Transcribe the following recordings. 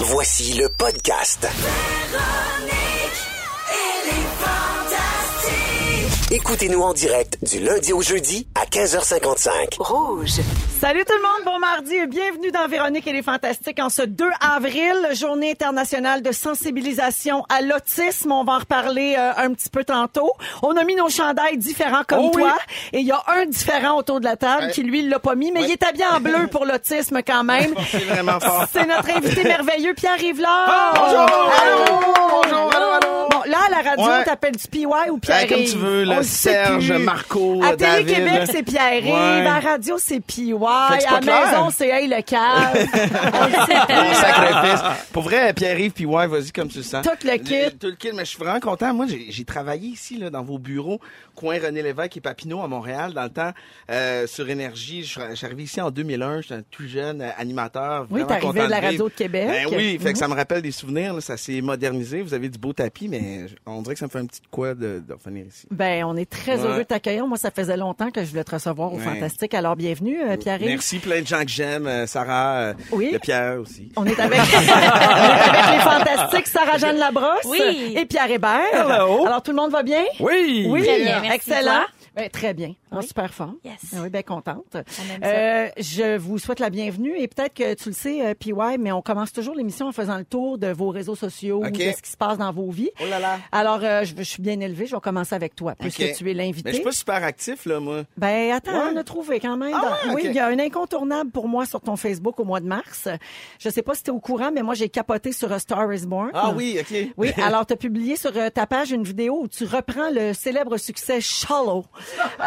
Voici le podcast. Écoutez-nous en direct du lundi au jeudi à 15h55. Salut tout le monde, bon mardi et bienvenue dans Véronique et les Fantastiques en ce 2 avril, journée internationale de sensibilisation à l'autisme. On va en reparler euh, un petit peu tantôt. On a mis nos chandails différents comme Oh oui. toi et il y a un différent autour de la table qui lui il l'a pas mis, mais il est habillé en bleu pour l'autisme quand même. C'est vraiment fort. Ah, C'est notre invité merveilleux Pierre Rivlard. bonjour! Allô! Bonjour, allô, allô! Bon, là, à la radio, Ouais. on t'appelle du PY ou Pierre. Ouais, comme tu veux, là, Serge, Marco, À David. Télé-Québec, c'est Pierre. Ouais. À la radio, c'est PY. Fait que c'est À la pas clair. maison, c'est Hey le cave. On le sait Mon plus. sacrifice. Pour vrai, Pierre-Yves, puis ouais, vas-y comme tu le sens. Tout le kit. Tout le kit, mais je suis vraiment content. Moi, j'ai j'ai travaillé ici, là, dans vos bureaux, coin René Lévesque et Papineau à Montréal, dans le temps, euh, sur Énergie. Je suis je suis arrivé ici en 2001. J'étais un tout jeune euh, animateur. Oui, vraiment t'es arrivé content de la vivre. radio de Québec. Ben oui, fait Mhm. que ça me rappelle des souvenirs. là. ça s'est modernisé. Vous avez du beau tapis, mais je- on dirait que ça me fait un petit quoi de, de revenir ici. Ben, on est très Ouais. heureux de t'accueillir. Moi, ça faisait longtemps que je voulais te recevoir au Ouais. Fantastique. Alors, bienvenue, euh, Pierre. Merci, plein de gens que j'aime. euh, Sarah, euh, Oui. le Pierre aussi. On est avec, on est avec les Fantastiques, Sarah-Jeanne Labrosse Oui. et Pierre Hébert. Hello. Alors, tout le monde va bien? Oui! Oui, Très bien, merci, excellent. toi. Ben, très bien, en super forme. Yes. Ah Oui, bien contente. aime ça. Euh, je vous souhaite la bienvenue et peut-être que tu le sais, euh, PY, mais on commence toujours l'émission en faisant le tour de vos réseaux sociaux, OK. de ce qui se passe dans vos vies. Oh là là. Alors, euh, je, je suis bien élevée, je vais commencer avec toi, puisque Ok. tu es Mais je l'invité. suis pas super actif, là, moi. Ben attends, Ouais. on a trouvé quand même. Ah ouais, oui, ok. il y a un incontournable pour moi sur ton Facebook au mois de mars. Je sais pas si tu es au courant, mais moi j'ai capoté sur A Star is Born. Ah oui, OK. Oui, alors tu as publié sur euh, ta page une vidéo où tu reprends le célèbre succès Shallow euh,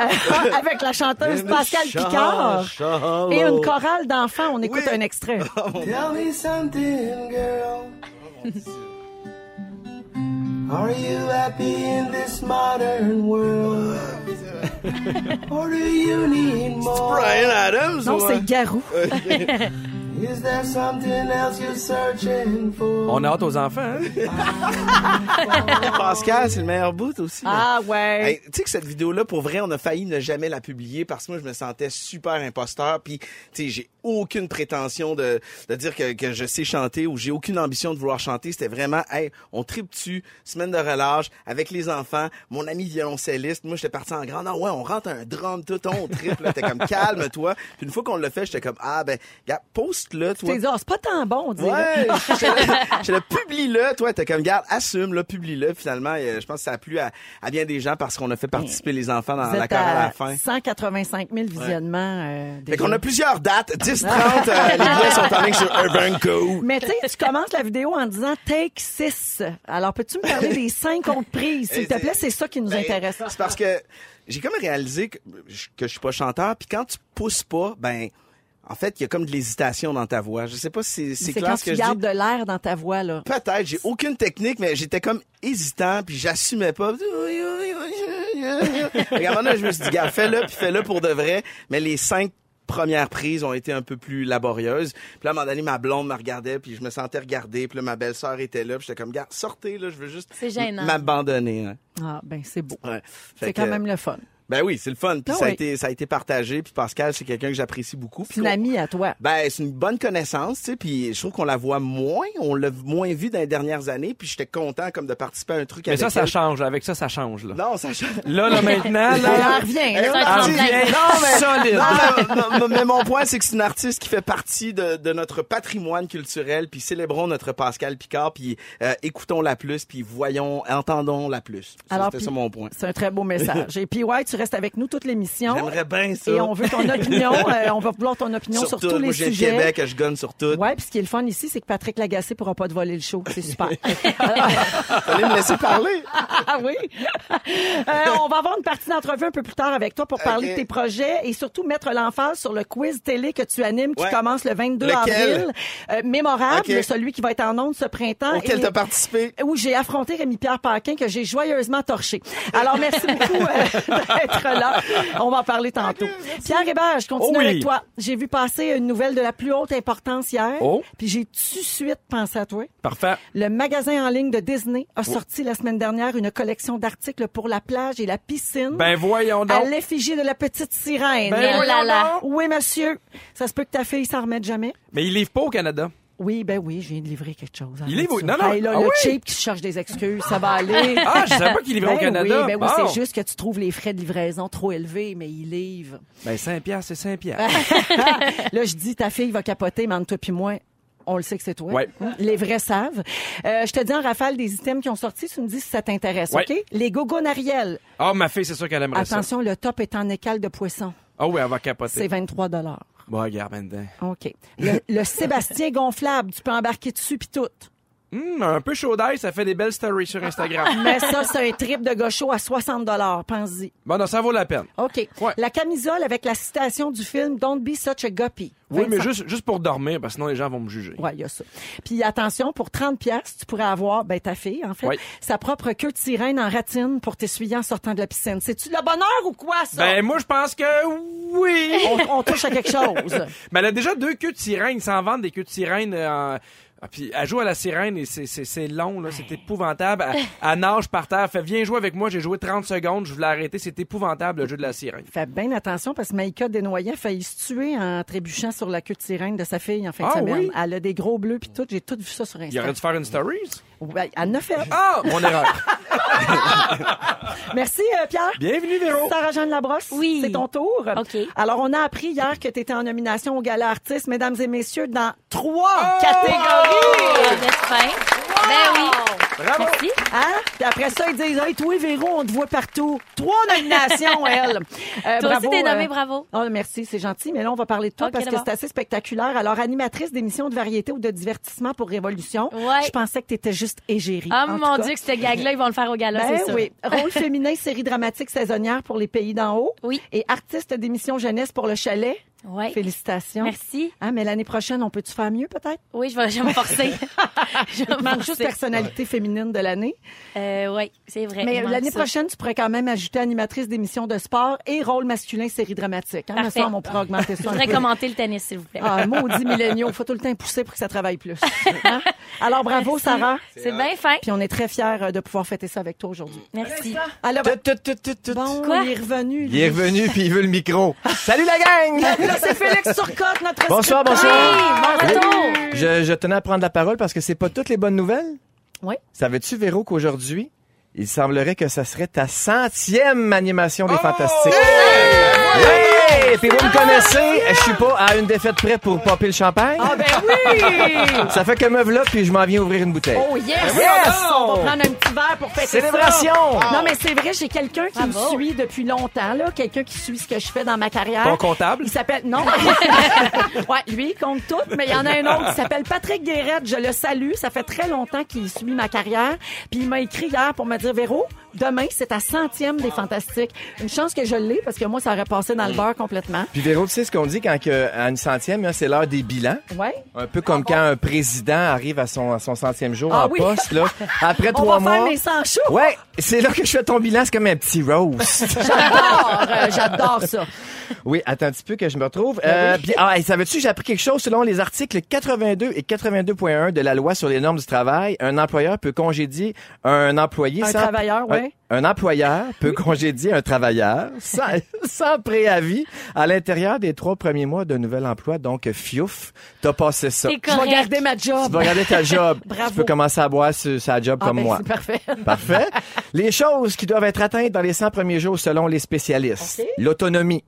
avec la chanteuse Pascal Picard Shallow. et une chorale d'enfants. On écoute Oui. un extrait. Tell me something, girl. Are you happy in this modern world? or do you need more? Brian Adams, Non, ouais. c'est Garou. Euh, Is there something else you're searching for? On a hâte aux enfants. Hein? Pascal, c'est le meilleur bout aussi. là. Ah ouais. Hey, tu sais que cette vidéo-là, pour vrai, on a failli ne jamais la publier parce que moi, je me sentais super imposteur. Puis, tu sais, j'ai aucune prétention de, de dire que, que je sais chanter ou j'ai aucune ambition de vouloir chanter. C'était vraiment, hey, on tripe dessus, semaine de relâche, avec les enfants, mon ami violoncelliste. Moi, j'étais parti en grand. Non, ouais, on rentre un drum, tout, on tripe. là. T'es comme, calme-toi. Puis, une fois qu'on l'a fait, j'étais comme, ah, ben, gars, poste-le, T'es toi. dit, Ah, c'est pas tant bon, on dirait. Ouais, je le publie-le, toi, t'es comme, garde, assume, le publie-le. Finalement, euh, je pense que ça a plu à, à bien des gens parce qu'on a fait participer les enfants dans Vous la êtes chorale à à la fin. 185 000 visionnements. euh, Fait déjà. qu'on a plusieurs dates, 10, 30, euh, les billets sont en ligne sur Urbanco. Mais tu sais, tu commences la vidéo en disant Take 6. Alors, peux-tu me parler des cinq autres prises, s'il te plaît? C'est ça qui nous Ben, intéresse. C'est parce que j'ai comme réalisé que je, que je suis pas chanteur, puis quand tu pousses pas, ben, en fait, il y a comme de l'hésitation dans ta voix. Je sais pas si c'est C'est clair quand ce que tu je dis. gardes de l'air dans ta voix, là. Peut-être, j'ai aucune technique, mais j'étais comme hésitant, puis j'assumais pas. Et à un moment donné, je me suis dit, gars, fais-le, puis fais-le pour de vrai. Mais les cinq premières prises ont été un peu plus laborieuses. Puis là, à un moment donné, ma blonde me regardait, puis je me sentais regardée, puis là, ma belle-sœur était là, puis j'étais comme, gars, sortez, là, je veux juste C'est gênant. m'abandonner. hein. Ah, ben, c'est beau. Ouais. Fait C'est que, quand même le fun. Ben oui, c'est le fun, puis Ah ça, a oui. été, ça a été partagé, puis Pascal, c'est quelqu'un que j'apprécie beaucoup. C'est puis une qu'on- amie à toi. ben, c'est une bonne connaissance, tu sais, puis je trouve qu'on la voit moins, on l'a moins vu dans les dernières années, puis j'étais content comme de participer à un truc Mais avec ça, ça elle. change. Avec ça, ça change. Là, Non, ça change. là, là Ah, maintenant, Elle en là, revient, Elle là. va être en elle revient solide. Non, mais, non, mais mon point, c'est que c'est une artiste qui fait partie de, de notre patrimoine culturel, puis célébrons notre Pascal Picard, puis euh, écoutons la plus, puis voyons, entendons la plus. Ça, Alors, C'était puis- ça mon point. C'est un très beau message. Et puis, ouais, tu restes avec nous toute l'émission. J'aimerais bien ça. Et on veut ton opinion. euh, on va vouloir ton opinion sur, Surtout, tous les moi, je viens de sujets. Québec, je gagne sur tout. Ouais, puis ce qui est le fun ici, c'est que Patrick Lagacé pourra pas te voler le show. C'est super. Allez me laisser parler. Ah oui. Euh, on va avoir une partie d'entrevue un peu plus tard avec toi pour parler Ok. de tes projets et surtout mettre l'emphase sur le quiz télé que tu animes qui Ouais. commence le 22 Lequel? avril. Euh, mémorable, Ok. celui qui va être en ondes ce printemps. Auquel Ah, Et- t'as participé. où j'ai affronté Rémi-Pierre Paquin que j'ai joyeusement torché. Alors, merci beaucoup euh, d'être là. On va en parler tantôt. Pierre Hébert, je continue Oh oui. avec toi. J'ai vu passer une nouvelle de la plus haute importance hier. Oh. Puis j'ai tout de suite pensé à toi. Parfait. Le magasin en ligne de Disney Oh. a sorti la semaine dernière une collection d'articles pour la plage et la piscine. Ben voyons à donc. l'effigie de la petite sirène. Ben Oh là là. Oui, monsieur. Ça se peut que ta fille s'en remette jamais. Mais il livre pas au Canada. Oui, ben oui, je viens de livrer quelque chose. Il est- Arrête ça. non, non. Hey, là, Ah le oui? cheap qui se cherche des excuses, ça va aller. Ah, je savais pas qu'il livrait Ben au Canada. Oui, ben oui, Bon. c'est juste que tu trouves les frais de livraison trop élevés, mais il livre. Ben, 5 piastres, c'est 5 piastres. Là, je dis, ta fille va capoter, mais entre toi puis moi, on le sait que c'est toi. Ouais. Hein? Les vrais savent. Euh, je te dis en rafale des items qui ont sorti, tu me dis si ça t'intéresse, Ouais. OK? Les gogones Ariel. Ah, ma fille, c'est sûr qu'elle aimerait ça. Attention, le top est en écale de poisson. Ah oui, elle va C'est capoter. 23 Bon, regarde ben, maintenant. OK. Le, le Sébastien gonflable, tu peux embarquer dessus puis tout. Hum, un peu chaud d'ail, ça fait des belles stories sur Instagram. Mais ça, c'est un trip de gaucho à 60 pense-y. bon, non, ça vaut la peine. OK. Ouais. La camisole avec la citation du film Don't be such a guppy. Oui, mais 25. juste, juste pour dormir, parce que sinon les gens vont me juger. Ouais, il y a ça. Puis attention, pour 30 pièces, tu pourrais avoir ben ta fille en fait, Ouais. sa propre queue de sirène en ratine pour t'essuyer en sortant de la piscine. C'est-tu le bonheur ou quoi ça Ben, moi, je pense que oui! on, on touche à quelque chose. Mais elle a déjà deux queues de sirène. Ils s'en vendent des queues de sirène. euh, en- ah, Puis elle joue à la sirène et c'est- c'est c'est long, là. C'est épouvantable. Elle, elle nage par terre. elle Fait, viens jouer avec moi. J'ai joué 30 secondes. Je voulais arrêter. C'est épouvantable, le jeu de la sirène. Fais bien attention parce que Maïka Desnoyers a failli se tuer en trébuchant sur la queue de sirène de sa fille en fin de Ah, semaine. oui? Elle a des gros bleus puis tout, j'ai tout vu ça sur Il Instagram. aurait dû faire une stories. Ouais, elle en a fait. Ah! Mon erreur. Merci euh, Pierre. Bienvenue, Véro. Sarah-Jeanne Labrosse, Oui. c'est ton tour. OK. Alors, on a appris hier que tu étais en nomination au Gala Artiste, mesdames et messieurs, dans trois Ah! catégories. Ah, n'est-ce pas? Ben oui. Bravo. Merci. Hein? Puis après ça, ils disent Hey, toi, Véro, on te voit partout. Trois nominations, elle. Euh, Toi aussi, t'es euh, nommée, bravo. Oh, merci, c'est gentil. Mais là, on va parler de toi Ok, parce que d'abord. c'est assez spectaculaire. Alors, animatrice d'émissions de variété ou de divertissement pour Révolution, Ouais. je pensais que tu étais juste égérie. Ah, En tout mon cas. Dieu, que ce gag-là, ils vont le faire au gala, Ben c'est sûr. oui. Rôle féminin, série dramatique saisonnière pour les pays d'en haut. Oui. Et artiste d'émission jeunesse pour le chalet. Ouais. Félicitations. Merci. Ah, mais l'année prochaine, on peut-tu faire mieux, peut-être? Oui, je vais, je vais me forcer. je vais me Manque juste forcer. personnalité féminine de l'année. Euh, oui, c'est vrai. il Mais manque l'année ça. prochaine, tu pourrais quand même ajouter animatrice d'émissions de sport et rôle masculin série dramatique. Hein, me Parfait. semble, on pourrait augmenter Je ça. un voudrais peu. commenter le tennis, s'il vous plaît. Ah, maudit milléniaux. Faut tout le temps pousser pour que ça travaille plus. Hein? Alors, bravo, Merci. Sarah. C'est bien fin. Puis on est très fiers euh, de pouvoir fêter ça avec toi aujourd'hui. Merci. Alors, ben, Tut, tut, tut, tut, tut. bon, Quoi? il est revenu. Il est revenu puis il veut le micro. Salut la gang! Là, c'est Félix Turcotte, notre Bonsoir, scripteur. bonsoir. Oui, bon retour. Je, je tenais à prendre la parole parce que c'est pas toutes les bonnes nouvelles. Oui. Savais-tu, Véro, qu'aujourd'hui, il semblerait que ça serait ta centième animation des Fantastiques? Hey! Puis vous me connaissez, je suis pas à une défaite près pour popper le champagne. Ah, ben oui! Ça fait que me là puis je m'en viens ouvrir une bouteille. Oh yes! Yes! On va prendre un petit verre pour fêter Ben Célébration! ça. Non, mais c'est vrai, j'ai quelqu'un qui me Bravo. suit depuis longtemps, là. Quelqu'un qui suit ce que je fais dans ma carrière. Ton comptable? Il s'appelle. Non. ouais, lui, il compte tout, mais il y en a un autre qui s'appelle Patrick Guérette. Je le salue. Ça fait très longtemps qu'il suit ma carrière. Puis il m'a écrit hier pour me dire Véro, demain, c'est ta centième des Fantastiques. Une chance que je l'ai parce que moi, ça aurait passé Mm. dans le beurre complètement. Puis Véro, tu sais ce qu'on dit quand que, à une centième, hein, c'est l'heure des bilans. Ouais. Un peu comme quand un président arrive à son, à son centième jour Ah en oui. poste, là. Après On trois va faire mois. mes 100 shows. Ouais, c'est là que je fais ton bilan, c'est comme un petit roast. J'adore, euh, j'adore ça. oui, attends un petit peu que je me retrouve. Ben Euh, puis, ah, hey, savais-tu, j'ai appris quelque chose selon les articles 82 et 82.1 de la loi sur les normes du travail. Un employeur peut congédier un employé Un sans... travailleur, ouais. Un, un employeur peut congédier un travailleur sans, sans préavis à l'intérieur des trois premiers mois d'un nouvel emploi. Donc, fiouf, t'as passé ça. C'est Tu Je vais correct. garder ma job. vas regarder ta job. Bravo. Tu peux commencer à boire sur sa job Ah, comme ben, moi. C'est parfait. Parfait. Les choses qui doivent être atteintes dans les 100 premiers jours selon les spécialistes. Ok. L'autonomie.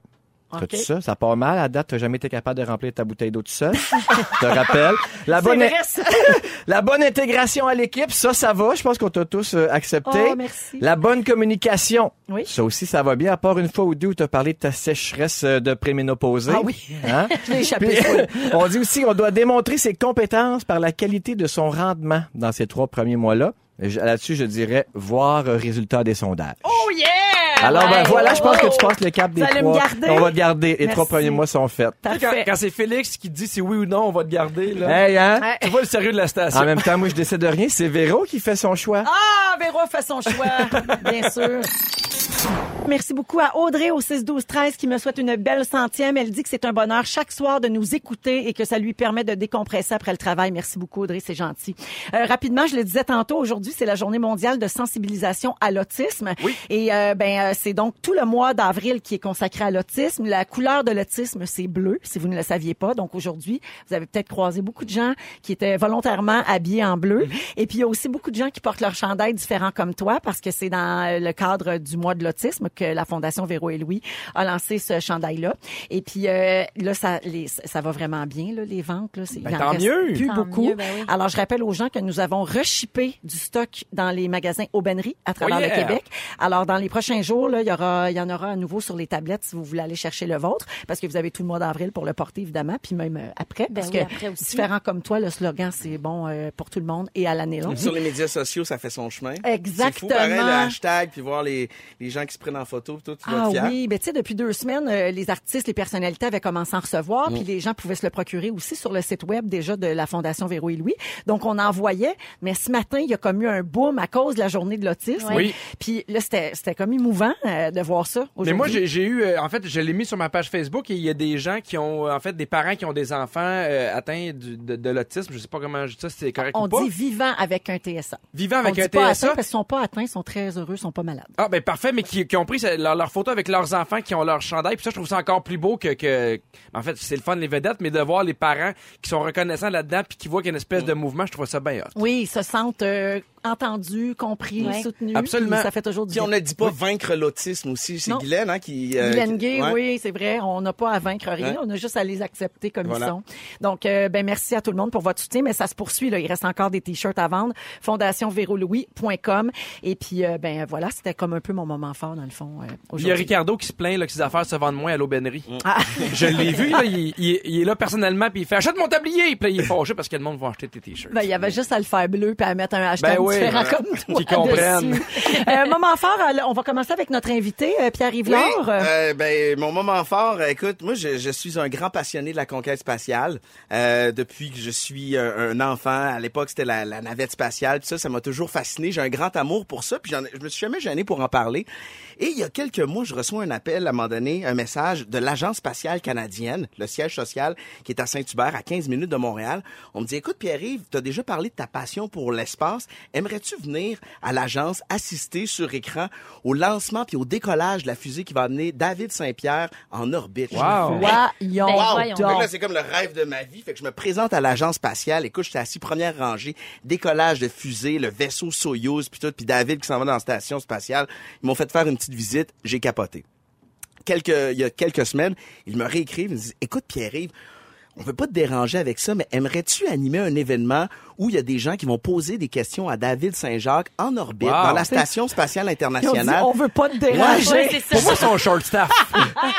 OK. T'as-tu ça? Ça part mal. À date, t'as jamais été capable de remplir ta bouteille d'eau tout seul. Je te rappelle. La bonne, C'est vrai, ça. la bonne intégration à l'équipe, ça, ça va. Je pense qu'on t'a tous euh, accepté. Oh, merci. La bonne communication. Oui. Ça aussi, ça va bien. À part une fois ou deux où t'as parlé de ta sécheresse euh, de préménopausée. Ah oui. Hein? Je l'ai échappé. Puis, oui. on dit aussi qu'on doit démontrer ses compétences par la qualité de son rendement dans ces trois premiers mois-là. Je- Là-dessus, je dirais voir euh, résultat des sondages. Oh yeah! Alors, ben ouais. voilà, je pense que Oh! tu passes le cap des Vous allez me trois. garder? On va te garder. Les trois Merci. premiers mois sont faits. Tu sais, Quand, Parfait. quand c'est Félix qui dit si oui ou non, on va te garder, là. Hey, hein? Ouais. Tu vois le sérieux de la station. En même temps, moi, je décide de rien. C'est Véro qui fait son choix. Ah, Véro fait son choix, bien sûr. Merci beaucoup à Audrey au 6-12-13 qui me souhaite une belle centième. Elle dit que c'est un bonheur chaque soir de nous écouter et que ça lui permet de décompresser après le travail. Merci beaucoup, Audrey. C'est gentil. Euh, rapidement, je le disais tantôt, aujourd'hui, c'est la journée mondiale de sensibilisation à l'autisme. Et euh, ben, euh, c'est donc tout le mois d'avril qui est consacré à l'autisme. La couleur de l'autisme, c'est bleu, si vous ne le saviez pas. Donc aujourd'hui, vous avez peut-être croisé beaucoup de gens qui étaient volontairement habillés en bleu. Mm-hmm. Et puis il y a aussi beaucoup de gens qui portent leur chandail différent comme toi parce que c'est dans euh, le cadre du mois de l'autisme que la Fondation Véro et Louis a lancé ce chandail-là. Et puis euh, là, ça, les- ça va vraiment bien, là, les ventes. Là, C'est- il en Ben, tant reste mieux. Plus Tant beaucoup. mieux, ben oui. Alors je rappelle aux gens que nous avons rechippé du stock dans les magasins Aubainerie à travers Oh yeah! le Québec. Alors, dans les prochains jours, là, il, y aura, il y en aura à nouveau sur les tablettes si vous voulez aller chercher le vôtre, parce que vous avez tout le mois d'avril pour le porter, évidemment, puis même euh, après, Ben parce oui, que après aussi. différent comme toi, le slogan, c'est bon euh, pour tout le monde et à l'année longue. Sur les médias sociaux, ça fait son chemin. C'est fou, Hein? Exactement. pareil, le hashtag, puis voir les, les gens qui se prennent en photo, puis tout, tu dois Ah être fier. oui, ben tu sais depuis deux semaines, euh, les artistes, les personnalités avaient commencé à en recevoir, Mm. puis les gens pouvaient se le procurer aussi sur le site web déjà de la Fondation Véro et Louis. Donc on en voyait, mais ce matin il y a comme eu un boom à cause de la journée de l'autisme. Ouais. Oui. Puis là c'était c'était comme émouvant euh, de voir ça. Mais moi, aujourd'hui. j'ai j'ai eu, euh, en fait, je l'ai mis sur ma page Facebook et il y a des gens qui ont, euh, en fait, des parents qui ont des enfants euh, atteints du- de, de l'autisme. Je sais pas comment je dis ça, si c'est correct On ou pas. dit vivant avec un TSA. Vivant on avec dit un pas TSA. atteints parce qu'ils sont pas atteints, ils sont très heureux, ils sont pas malades. Ah ben parfait, mais qui, qui ont pris ça- leur, leur photo avec leurs enfants qui ont leur chandail. Puis ça, je trouve ça encore plus beau que, que... En fait, c'est le fun les vedettes, mais de voir les parents qui sont reconnaissants là-dedans puis qui voient qu'il y a une espèce Mm. de mouvement, je trouve ça bien hot. Oui, ils se sentent euh, entendus, compris, Ouais. soutenus. Absolument. puis Ça fait toujours du Puis bien. on ne dit pas vaincre l'autisme aussi. C'est Non. Guylaine, hein, qui. euh, Guylaine qui- Gay, ouais. oui, c'est vrai. On n'a pas à vaincre rien. Ouais. On a juste à les accepter comme Voilà. ils sont. Donc, euh, ben merci à tout le monde pour votre soutien. Mais ça se poursuit. Là. Il reste encore des t-shirts à vendre. FondationVéroLouis.com. Et puis, euh, ben voilà, c'était comme un peu mon moment fort, dans le fond, euh, Il y a aujourd'hui. Ricardo qui se plaint là, que ses affaires se vendent moins à l'aubainerie. Mm. Ah. Je l'ai vu, là, il, il- il est là personnellement, puis il fait « Achète mon tablier! » Puis là, il est fâché parce que le monde va acheter tes t-shirts. Ben, il y avait juste à le faire bleu puis à mettre un hashtag Ben oui, différent ouais. comme toi. Qu'ils comprennent. dessus. Euh, moment fort, euh, on va commencer avec notre invité, euh, Pierre-Yves Oui, Laure. euh, ben, mon moment fort, euh, écoute, moi, je, je suis un grand passionné de la conquête spatiale. Euh, depuis que je suis euh, un enfant, à l'époque, c'était la, la navette spatiale. Puis ça, ça m'a toujours fasciné. J'ai un grand amour pour ça. Puis j'en- je me suis jamais gêné pour en parler. Et il y a quelques mois, je reçois un appel, à un moment donné, un message de l'Agence spatiale canadienne, le siège social qui est à Saint-Hubert, à 15 minutes de Montréal. On me dit, écoute, Pierre-Yves, tu as déjà parlé de ta passion pour l'espace. Aimerais-tu venir à l'agence assister sur écran au lancement puis au décollage de la fusée qui va amener David Saint-Pierre en orbite? Voyons Wow. Ben, Wow! voyons donc. Fait que là, c'est comme le rêve de ma vie. Fait que je me présente à l'agence spatiale. Écoute, j'étais assis première rangée, décollage de fusée, le vaisseau Soyouz, puis tout, puis David qui s'en va dans la station spatiale. Ils m'ont fait faire une petite visite. J'ai capoté quelques, il y a quelques semaines, ils me réécrivent, ils me disent, écoute Pierre-Yves, on veut pas te déranger avec ça, mais aimerais-tu animer un événement où il y a des gens qui vont poser des questions à David Saint-Jacques en orbite, Wow. dans la Station Spatiale Ils ont dit, Internationale? on veut pas te déranger. Ouais, c'est ça. Ah, Pour moi, son short staff.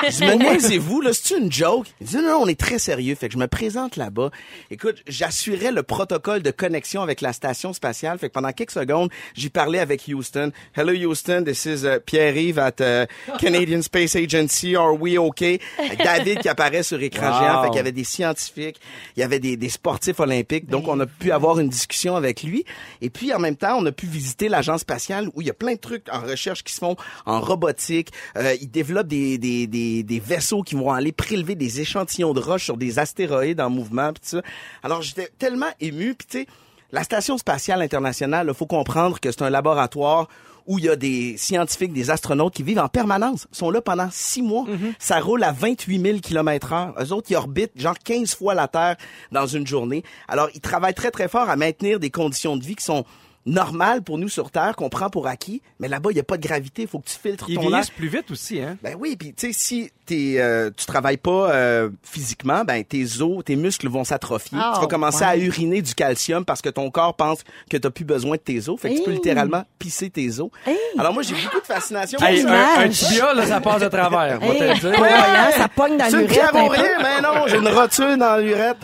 Je me demande, c'est vous, là, c'est une joke? Il dit, non, non, on est très sérieux. Fait que je me présente là-bas. Écoute, j'assurais le protocole de connexion avec la station spatiale. Fait que pendant quelques secondes, j'y parlais avec Houston. Hello, Houston. This is uh, Pierre-Yves at uh, Canadian Space Agency. Are we okay? David qui apparaît sur écran Wow. géant. Fait qu'il y avait des scientifiques, il y avait des, des sportifs olympiques. Donc, on a pu avoir une discussion avec lui. Et puis, en même temps, on a pu visiter l'agence spatiale où il y a plein de trucs en recherche qui se font en robotique. Euh, ils développent des, des, des, des vaisseaux qui vont aller prélever des échantillons de roches sur des astéroïdes en mouvement. Pis tout ça. Alors, j'étais tellement ému. Puis, tu sais, la Station spatiale internationale, il faut comprendre que c'est un laboratoire où il y a des scientifiques, des astronautes qui vivent en permanence. Ils sont là pendant six mois. Mm-hmm. Ça roule à 28 000 km heure. Eux autres, ils orbitent genre 15 fois la Terre dans une journée. Alors, ils travaillent très, très fort à maintenir des conditions de vie qui sont normales pour nous sur Terre, qu'on prend pour acquis. Mais là-bas, il n'y a pas de gravité. Il faut que tu filtres Ils ton air. vieillissent plus vite aussi, hein? Ben oui, puis tu sais, si t'es, euh, tu travailles pas euh, physiquement, ben tes os, tes muscles vont s'atrophier. Ah, tu vas commencer ouais. à uriner du calcium parce que ton corps pense que t'as plus besoin de tes os. Fait que tu peux Hey. littéralement pisser tes os. Alors moi, j'ai beaucoup de fascination. Hey, pour un, ça. un image. tibia, là, ça passe de travers. on va te le Hey, dire. pas voyant, ça pogne dans C'est une l'urette. ben pierre un pour peu. rien, mais non, j'ai une rotule dans l'urette.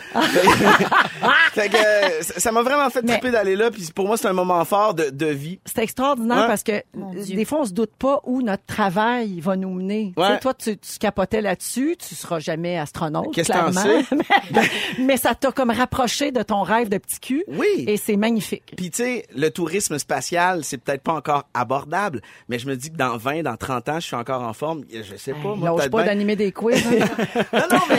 fait que, euh, ça m'a vraiment fait Mais- triper d'aller là, puis pour moi c'est un moment moments forts de, de vie. C'est extraordinaire Ouais. parce que Mon euh, Dieu. des fois, on se doute pas où notre travail va nous mener. Tu sais, Ouais. Toi, tu, tu capotais là-dessus, tu seras jamais astronaute, Qu'est-ce que t'en clairement. sais? mais, mais ça t'a comme rapproché de ton rêve de petit cul. Oui. Et c'est magnifique. Puis tu sais, le tourisme spatial, c'est peut-être pas encore abordable, mais je me dis que dans 20, dans 30 ans, je suis encore en forme. Je sais pas, moi, Lâche peut-être pas bien- d'animer des quiz. hein. Non, non, mais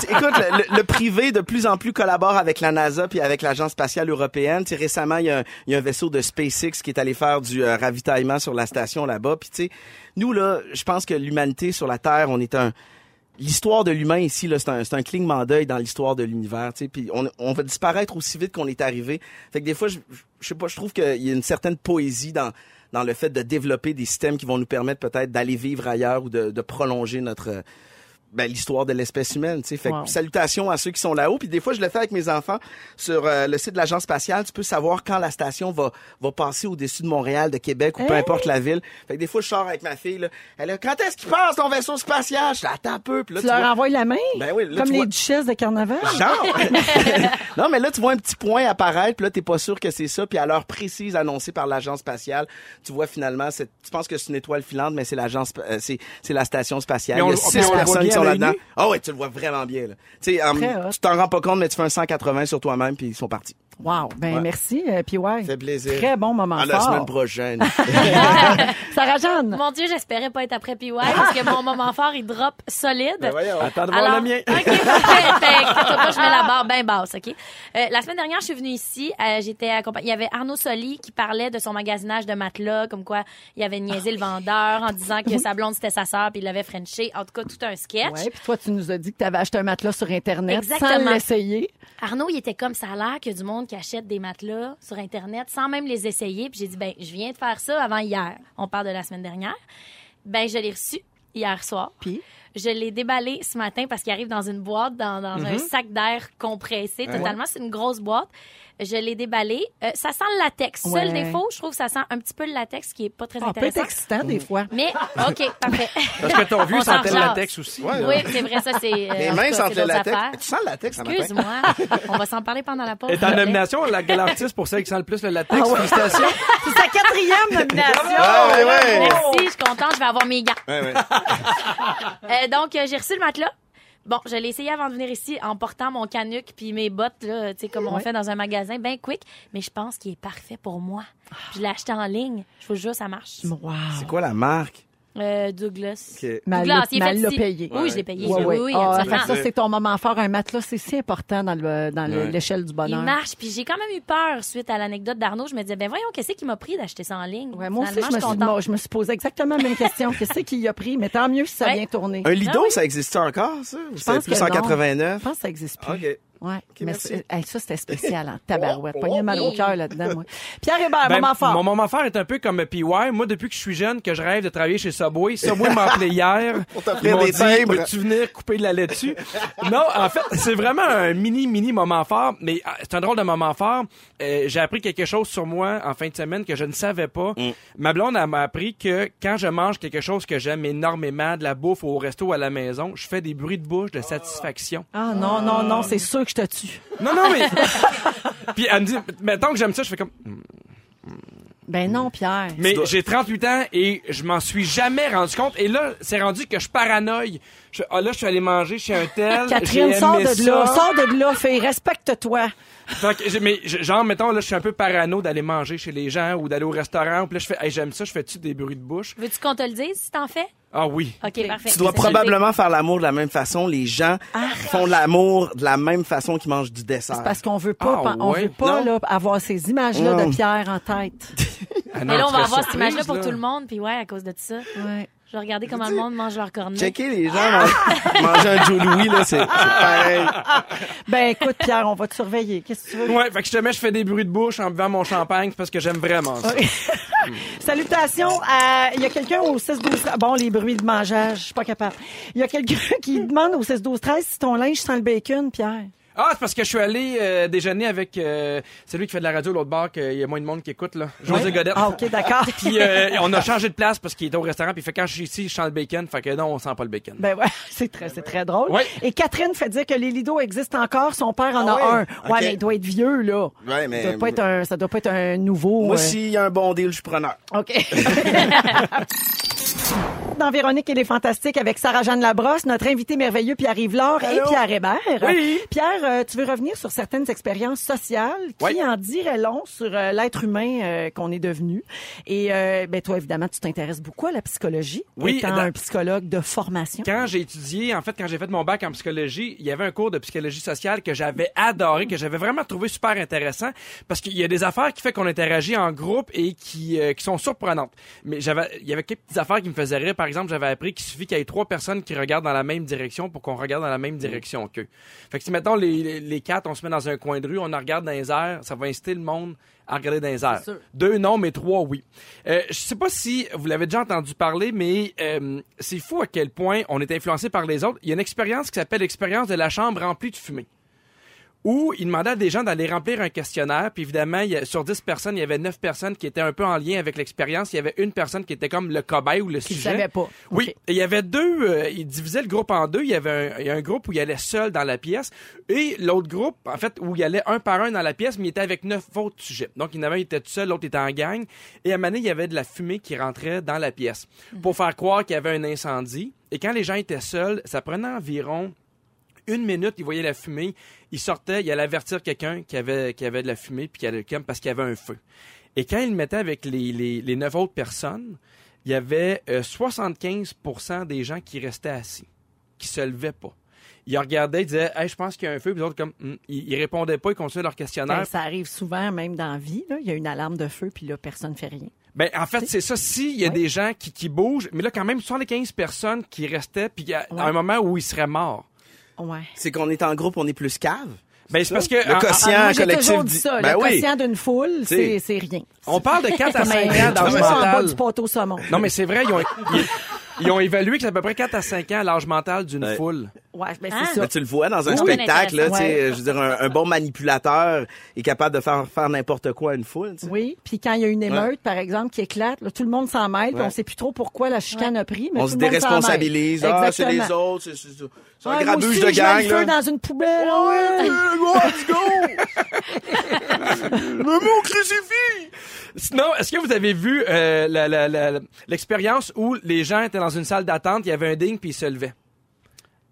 tu- écoute, le, le- le privé de plus en plus collabore avec la NASA puis avec l'Agence spatiale européenne. Tu sais, récemment, il y, a, un- il y a un vaisseau de SpaceX qui est allé faire du euh, ravitaillement sur la station là-bas. Puis tu sais, nous là, je pense que l'humanité sur la Terre, on est un L'histoire de l'humain ici, là, c'est un, c'est un clignement d'œil dans l'histoire de l'univers. tu sais. Puis on, on va disparaître aussi vite qu'on est arrivé. Fait que des fois, je, je- je sais pas, je trouve qu'il y a une certaine poésie dans dans le fait de développer des systèmes qui vont nous permettre peut-être d'aller vivre ailleurs ou de, de prolonger notre euh, ben, l'histoire de l'espèce humaine. tu sais. Fait que Wow. salutations à ceux qui sont là-haut. Puis des fois, je le fais avec mes enfants sur euh, le site de l'agence spatiale. Tu peux savoir quand la station va va passer au-dessus de Montréal, de Québec ou peu importe la ville. Fait que des fois, je sors avec ma fille. Là, elle a, quand est-ce qu'il passe ton vaisseau spatial? Je l'attends un peu. Puis là, tu tu leur vois- envoies la main? Ben oui, là, comme tu les vois- duchesses de carnaval? Genre. Ah, non, mais là, tu vois un petit point apparaître, puis là, t'es pas sûr que c'est ça, puis à l'heure précise annoncée par l'agence spatiale, tu vois finalement, cette- tu penses que c'est une étoile filante, mais c'est l'agence, spa- euh, c'est, c'est la station spatiale. Mais on Il y a le- mais six on le voit personnes bien qui sont à l'œil là-dedans. nu? Ah ouais, tu le vois vraiment bien, là. Tu sais, euh, Très hot. tu t'en rends pas compte, mais tu fais un 180 sur toi-même, puis ils sont partis. Wow. Ben, Ouais. merci, euh, PY. Fait plaisir. Très bon moment À la fort. semaine prochaine. Sarah-Jeanne. Mon Dieu, j'espérais pas être après PY parce que mon moment fort, il drop solide. Ben voyons. Attends de voir le mien. OK, parfait. Fait que inquiète-toi pas, je mets la barre bien basse, OK? Euh, la semaine dernière, je suis venue ici. euh, J'étais accompagnée. Il y avait Arnaud Soli qui parlait de son magasinage de matelas, comme quoi il avait niaisé le vendeur en disant Ah que sa blonde, c'était sa sœur, puis il l'avait frenché. En tout cas, tout un sketch. Ouais, puis toi, tu nous as dit que tu avais acheté un matelas sur Internet sans Exactement. l'essayer. Arnaud, il était comme ça a l'air qu'il y a du monde qui achète des matelas sur Internet sans même les essayer. Puis j'ai dit, ben, je viens de faire ça avant hier. On parle de la semaine dernière. Ben, je l'ai reçu hier soir. Puis? Je l'ai déballé ce matin parce qu'il arrive dans une boîte, dans, dans un Mm-hmm. sac d'air compressé Ah totalement. C'est une grosse boîte. Je l'ai déballé. Euh, ça sent le latex. Seul Ouais. défaut, je trouve que ça sent un petit peu le latex, ce qui est pas très Ça peut être intéressant. Ah, excitant Mm. des fois. Mais, OK, parfait. Parce que ton vieux On s'en sentait le jase. latex aussi. Ouais, Oui, c'est vrai, ça, c'est. euh, Les en tout mains cas, sentent c'est le d'autres latex. affaires. Tu sens le latex, ça matin? Excuse-moi. On va s'en parler pendant la pause. Et ta nomination, la galactiste pour celle qui sent le plus le latex. Ah Félicitations. C'est sa quatrième Ah, ouais, nomination. ouais. Merci, je suis contente, je vais avoir mes gants. Ouais, ouais. Euh, donc, euh, j'ai reçu le matelas. Bon, je l'ai essayé avant de venir ici en portant mon canuc puis mes bottes, là, tu sais, comme on Ouais. fait dans un magasin, ben quick. Mais je pense qu'il est parfait pour moi. Je l'ai acheté en ligne. Je vous jure, ça marche. Wow. C'est quoi la marque? Euh, Douglas. que- Mais elle Douglas, l'a- il est mais elle fait l'a ici. payé. Oui, je l'ai payé. Ouais, ouais. Oui, oui, Ah, absolument. fait que ça, c'est ton moment fort. Un matelas, c'est si important dans le dans le- l'échelle du Il bonheur. marche, puis j'ai quand même eu peur suite à l'anecdote d'Arnaud. Je me disais, ben voyons, qu'est-ce qui m'a pris d'acheter ça en ligne? Ouais, moi aussi, je Finalement, me, suis, contente. moi, je me suis posé exactement la même question. Qu'est-ce qu'il y a pris? Mais tant mieux si ça a Ouais. bien tourné. Un lido, Ah oui. ça existe encore, ça? Ou c'est pense plus que non. 189? Je pense que ça existe Ah, plus. OK. Ouais. mais merci. c'est- hey, ça, c'était spécial, hein. Tabarouette. Pogné mal au cœur là-dedans, moi. Pierre Hébert, Oh, Ben, moment fort. Mon moment fort est un peu comme PY. Moi, depuis que je suis jeune, que je rêve de travailler chez Subway, Subway m'a appelé hier. Pour t'offrir des timbres. Peux-tu venir couper de la laitue? non, en fait, c'est vraiment un mini, mini moment fort, mais ah, c'est un drôle de moment fort. Euh, J'ai appris quelque chose sur moi en fin de semaine que je ne savais pas. Mm. Ma blonde, elle m'a appris que quand je mange quelque chose que j'aime énormément, de la bouffe au resto ou à la maison, je fais des bruits de bouche de satisfaction. Ah non, non, non, c'est sûr que je te tue. Non, non, mais... Puis elle me dit, mettons que j'aime ça, je fais comme... Ben non, Pierre. Mais j'ai 38 ans et je m'en suis jamais rendu compte. Et là, c'est rendu que je paranoïe. Je, ah là, je suis allé manger chez un tel. Catherine, j'ai sors aimé de là. ça. Sors de là, fille. Respecte-toi. Fait que j'ai- mais je- genre, mettons, là, je suis un peu parano d'aller manger chez les gens ou d'aller au restaurant. Puis là, je fais, hey, j'aime ça, je fais-tu des bruits de bouche? Veux-tu qu'on te le dise si t'en fais? Ah oui. OK, parfait. Tu dois Ça, je le fais. probablement faire l'amour de la même façon. Les gens font l'amour de la même façon qu'ils mangent du dessert. Parce qu'on veut pas, Ah, on ouais. veut pas Non. là, avoir ces images-là Non. de Pierre en tête. Ah non, Mais là, on tu va avoir fais cette surprise, image-là pour là. tout le monde, puis ouais, à cause de tout ça. Ouais. Je vais regarder comment le monde mange leur cornet. Checker les gens Ah! man- manger un Joe Louis, là, c'est c'est pareil. Ben écoute, Pierre, on va te surveiller. Qu'est-ce que tu veux? Ouais, fait que je te mets, je fais des bruits de bouche en buvant mon champagne c'est parce que j'aime vraiment ça. Salutations à. Il y a quelqu'un au 6-12. Bon, les bruits de mangeage, je suis pas capable. Il y a quelqu'un qui demande au 6-12-13 si ton linge sent le bacon, Pierre. Ah, c'est parce que je suis allé euh, déjeuner avec euh, celui qui fait de la radio l'autre bar qu'il y a moins de monde qui écoute là, José Godette. Ah, OK, d'accord. Puis euh, on a changé de place parce qu'il était au restaurant. Puis fait quand je suis ici, je sens le bacon. Fait que non, on sent pas le bacon. Ben ouais, c'est très, c'est très drôle. Ouais. Et Catherine fait dire que les lidos existent encore. Son père en a Ah ouais? un. Ouais, Ok. mais il doit être vieux, là. Ouais, mais- Ça doit pas être un, ça doit pas être un nouveau. Moi, euh, s'il y a un bon deal, je suis preneur. OK. Dans Véronique et les Fantastiques avec Sarah-Jeanne Labrosse, notre invité merveilleux Pierre-Yves Laure et Pierre Hébert. Pierre, euh, tu veux revenir sur certaines expériences sociales qui Oui. en diraient long sur euh, l'être humain euh, qu'on est devenu. Et euh, ben toi, évidemment, tu t'intéresses beaucoup à la psychologie, Oui, étant dans- un psychologue de formation. Quand j'ai étudié, en fait, quand j'ai fait mon bac en psychologie, il y avait un cours de psychologie sociale que j'avais adoré, que j'avais vraiment trouvé super intéressant, parce qu'il y a des affaires qui fait qu'on interagit en groupe et qui, euh, qui sont surprenantes. Mais j'avais, il y avait quelques petites affaires qui me faisaient rire. Par exemple, j'avais appris qu'il suffit qu'il y ait trois personnes qui regardent dans la même direction pour qu'on regarde dans la même direction qu'eux. Fait que si, mettons, les, les, les quatre, on se met dans un coin de rue, on en regarde dans les airs, ça va inciter le monde à regarder dans les airs. Deux, non, mais trois, oui. Euh, je sais pas si vous l'avez déjà entendu parler, mais euh, c'est fou à quel point on est influencé par les autres. Il y a une expérience qui s'appelle l'expérience de la chambre remplie de fumée où il demandait à des gens d'aller remplir un questionnaire. Puis évidemment, il y a- sur 10 personnes, il y avait 9 personnes qui étaient un peu en lien avec l'expérience. Il y avait une personne qui était comme le cobaye ou le sujet. savait pas. Oui. Ok. Et il y avait deux... euh, il divisait le groupe en deux. Il y avait un, il y a un groupe où il allait seul dans la pièce et l'autre groupe, en fait, où il allait un par un dans la pièce, mais il était avec neuf autres sujets. Donc, il y en avait un qui était tout seul, l'autre était en gang. Et à un moment donné, il y avait de la fumée qui rentrait dans la pièce Mhm. pour faire croire qu'il y avait un incendie. Et quand les gens étaient seuls, ça prenait environ une minute, il voyait la fumée, il sortait, il allait avertir quelqu'un qui avait, qui avait de la fumée puis qui allait le calme parce qu'il y avait un feu. Et quand il le mettait avec les, les, les neuf autres personnes, il y avait euh, 75 des gens qui restaient assis, qui se levaient pas. Ils regardaient, ils disaient, hey, je pense qu'il y a un feu, puis les autres, comme, Hmm. ils, ils répondaient pas, ils continuaient leur questionnaire. Ben, ça arrive souvent, même dans la vie. là. Il y a une alarme de feu, puis là, personne ne fait rien. Ben, en fait, c'est ça. Si, il y a des gens qui, qui bougent, mais là, quand même, 75 personnes qui restaient, puis à, à un moment où ils seraient morts. Ouais. C'est qu'on est en groupe, on est plus cave. Ben, c'est parce que. Le en- en- quotient Ah, moi, j'ai collectif. toujours dit dit- ça. Ben le oui. quotient d'une foule, sais. c'est c'est rien. on parle de 4 à 5 Mais ans d'âge toujours en bas mental. du poteau saumon. Non, mais c'est vrai, ils ont, ils, ils ont évalué que c'est à peu près 4 à 5 ans l'âge mental d'une Ouais. foule. Ouais, ben Ah. c'est Mais tu le vois dans un Oui. spectacle, là, tu Ouais. sais, euh, je veux dire, un, un bon manipulateur est capable de faire, faire n'importe quoi à une foule. tu ça. sais. Oui, puis quand il y a une émeute, par exemple, qui éclate, là, tout le monde s'en mêle, puis on sait plus trop pourquoi la chicane a pris, mais On tout se le monde s'en mêle. déresponsabilise. Ah, c'est les Exactement. autres, c'est- c'est c'est- c'est Ouais, un moi grabuge aussi, de je mets gang. le feu là. dans une poubelle. ouais. Sinon, est-ce que vous avez vu euh, la- la- la- l'expérience où les gens étaient dans une salle d'attente, il y avait un ding puis ils se levaient?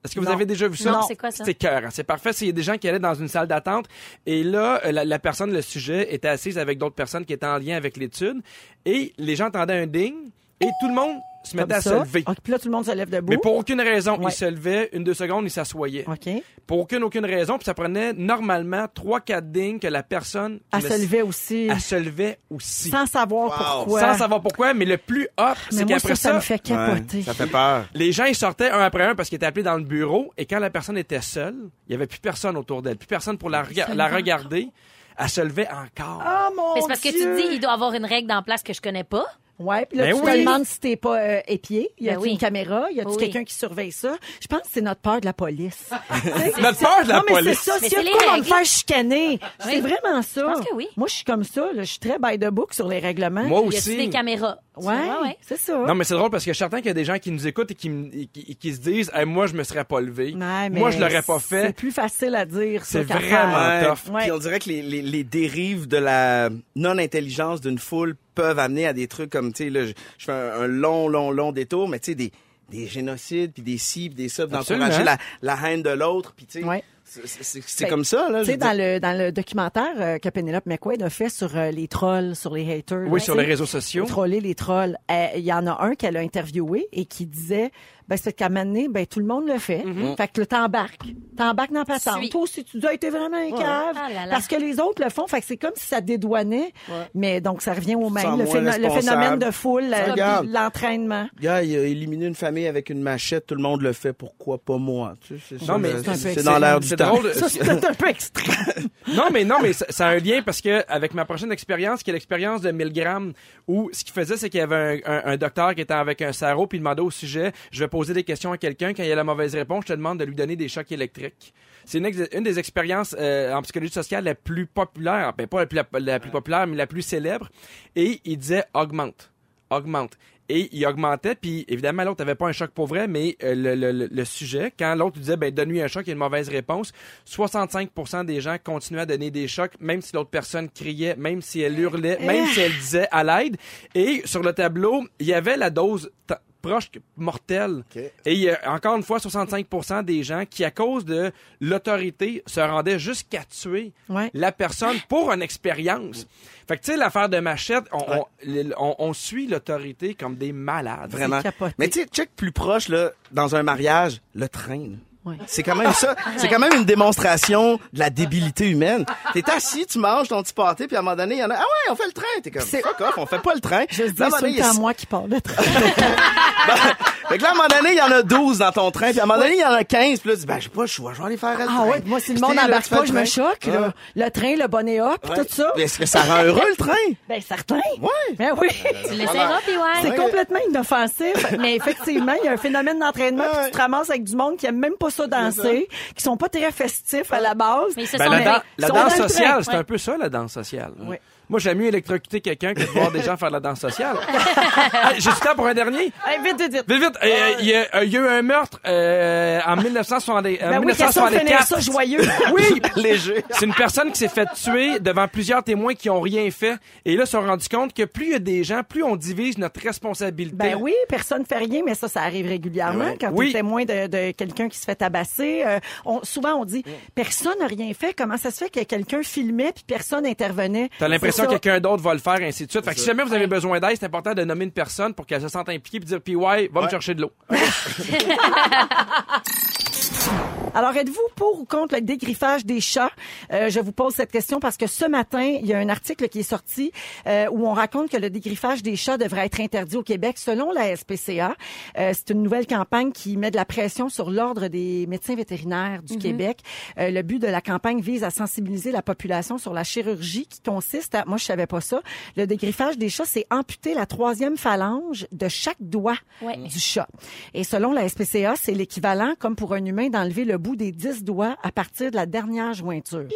Est-ce que vous Non. avez déjà vu ça? Non, c'est quoi ça? C'est cœur. hein. C'est parfait. C'est- Il y a des gens qui allaient dans une salle d'attente et là, euh, la, la personne, le sujet, était assise avec d'autres personnes qui étaient en lien avec l'étude et les gens entendaient un ding et tout le monde se Comme mettait à se ça. lever. Ah, puis là, tout le monde se lève debout. Mais pour aucune raison, Ouais. ils se levaient, une, deux secondes, ils s'assoyaient. OK. pour aucune aucune raison puis ça prenait normalement 3 4 dignes que la personne qui Elle le- se levait aussi, elle se levait aussi sans savoir pourquoi. Sans savoir pourquoi mais le plus hot mais c'est moi, qu'après ça, ça ça, me fait Ouais, capoter. ça fait peur. les gens ils sortaient un après un parce qu'ils étaient appelés dans le bureau et quand la personne était seule il y avait plus personne autour d'elle plus personne pour la, rega- la regarder elle se levait encore Ah, mon Mais c'est parce que tu Dieu. te dis, il doit avoir une règle dans la place que je connais pas. Ouais, puis là, Ben tu te oui. demandes si t'es pas euh, épié. Y a-tu Ben oui. une caméra? Y a-tu Oui. quelqu'un qui surveille ça? Je pense que c'est notre peur de la police. C'est- Notre peur de la non, mais police. c'est ça. Mais S'il y a c'est de les quoi on me règles. faire chicaner, c'est vraiment ça. Je pense que oui. Moi, je suis comme ça. là. Je suis très by the book sur les règlements. moi Il y a aussi aussi des caméras. Tu ouais, vois, Ah ouais. c'est ça. non mais c'est drôle parce que je suis certain qu'il y a des gens qui nous écoutent et qui, me- et qui, et qui se disent Hey, moi je me serais pas levé Ouais, mais moi je l'aurais pas C'est fait plus facile à dire. ça C'est qu'à vraiment Ouais, faire. tough. Ouais. Puis on dirait que les, les- les dérives de la non-intelligence d'une foule peuvent amener à des trucs comme, tu sais, là, je, je fais un, un long, long, long détour, mais tu sais, des, des génocides, puis des ci, puis des ça, puis Absolument. d'encourager la, la haine de l'autre, puis tu sais, Ouais. c'est- c'est c'est Ben, comme ça, là. je Tu sais, veux dans dire. le, dans le documentaire euh, que Penelope McQuaid a fait sur euh, les trolls, sur les haters. là, oui sur tu les sais. réseaux sociaux Troller les trolls. Euh, Il y en a un qu'elle a interviewé et qui disait, ben, c'est qu'à un moment donné, ben, tout le monde le fait. Fait que là, t'embarques. T'embarques dans la patente. Suis. Toi aussi, tu dois être vraiment un cave. Ah là là. Parce que les autres le font. Fait que c'est comme si ça dédouanait. Mais donc, ça revient au même. sens Le, moins phéno- le responsable. phénomène de foule, euh, Regarde. l'entraînement. Gars, il a éliminé une famille avec une machette, tout le monde le fait, pourquoi pas moi? Tu sais, c'est Non, ça, mais là, euh, c'est un peu c'est excellent. dans l'air du C'est temps. drôle. Ça, c'est peut-être un peu extrême. Non, mais non, mais ça, ça a un lien parce que avec ma prochaine expérience, qui est l'expérience de Milgram, où ce qu'il faisait, c'est qu'il y avait un, un- un docteur qui était avec un sarreau, puis il demandait au sujet, je vais poser des questions à quelqu'un, quand il y a la mauvaise réponse, je te demande de lui donner des chocs électriques. C'est une, ex- une des expériences euh, en psychologie sociale la plus populaire, ben pas la plus, la, la plus populaire, mais la plus célèbre. Et il disait augmente, augmente. Et il augmentait, puis évidemment, l'autre n'avait pas un choc pour vrai, mais euh, le, le- le- le sujet, quand l'autre lui disait, ben, donne-lui un choc, il y a une mauvaise réponse, 65 des gens continuaient à donner des chocs, même si l'autre personne criait, même si elle hurlait, même si elle disait à l'aide. Et sur le tableau, il y avait la dose ta- proche que- mortelle. OK. Et il y a encore une fois 65 des gens qui, à cause de l'autorité, se rendaient jusqu'à tuer Ouais. la personne pour une expérience. Fait que, tu sais, l'affaire de Machette, on, on- l- on- on suit l'autorité comme des malades. Vraiment. capoté. Mais tu sais, check plus proche, là, dans un mariage, le train. là. Ouais. C'est quand même ça. C'est quand même une démonstration de la débilité humaine. T'es assis, tu manges ton petit pâté, puis à un moment donné, il y en a, ah ouais, on fait le train. T'es comme, fuck off, on fait pas le train. Je Là, dis, à un c'est moment tout donné, le il y a temps moi qui parle de train. Fait que là, à un moment donné, il y en a 12 dans ton train, puis à un moment donné, il y en a 15, puis là, tu dis, ben, j'ai pas le choix, je vais aller faire le Ah train. ouais, moi, si le Puis monde t'es là, n'embarque tu fais pas, le je me train. choque. Ouais. là. Le train, le bonnet hop, Ouais. tout ça. Mais Est-ce que ça rend heureux, le train? Ben, certain. Ouais. Ah, Ben oui. Tu l'essaieras, puis ouais. C'est complètement inoffensif, mais effectivement, il y a un phénomène d'entraînement puis tu te ramasses avec du monde qui aime même pas ça danser, qui sont pas très festifs à la base. Mais ils se Ben, sont la, dan- ils la sont danse dans le train. sociale, c'est Ouais. un peu ça, la danse sociale. hein. Oui. Moi, j'aime mieux électrocuter quelqu'un que de voir des gens faire de la danse sociale. Hey, J'ai du temps pour un dernier? Hey, vite, vite, vite. Vite, vite, euh, il y, a- euh, il y a eu un meurtre euh, en 1960, en Ben oui, question de finir 1964. ça joyeux. Oui, léger. C'est une personne qui s'est fait tuer devant plusieurs témoins qui ont rien fait. Et là, se sont rendus compte que plus il y a des gens, plus on divise notre responsabilité. Ben oui, personne fait rien, mais ça, ça arrive régulièrement quand Oui. tu témoin de, de quelqu'un qui se fait tabasser. euh, on, souvent, on dit Mm. personne n'a rien fait. Comment ça se fait que quelqu'un filmait puis personne intervenait T'as C'est l'impression que ça. quelqu'un d'autre va le faire, ainsi de suite. Fait que si jamais vous avez besoin d'aide, c'est important de nommer une personne pour qu'elle se sente impliquée puis dire, puis ouais, va me chercher de l'eau. Alors, êtes-vous pour ou contre le dégriffage des chats? Euh, je vous pose cette question parce que ce matin, il y a un article qui est sorti euh, où on raconte que le dégriffage des chats devrait être interdit au Québec selon la SPCA. Euh, c'est une nouvelle campagne qui met de la pression sur l'Ordre des médecins vétérinaires du Québec. Euh, le but de la campagne vise à sensibiliser la population sur la chirurgie qui consiste à... Moi, je savais pas ça. Le dégriffage des chats, c'est amputer la troisième phalange de chaque doigt Ouais. du chat. Et selon la SPCA, c'est l'équivalent, comme pour un humain, d'enlever le bout des 10 doigts à partir de la dernière jointure.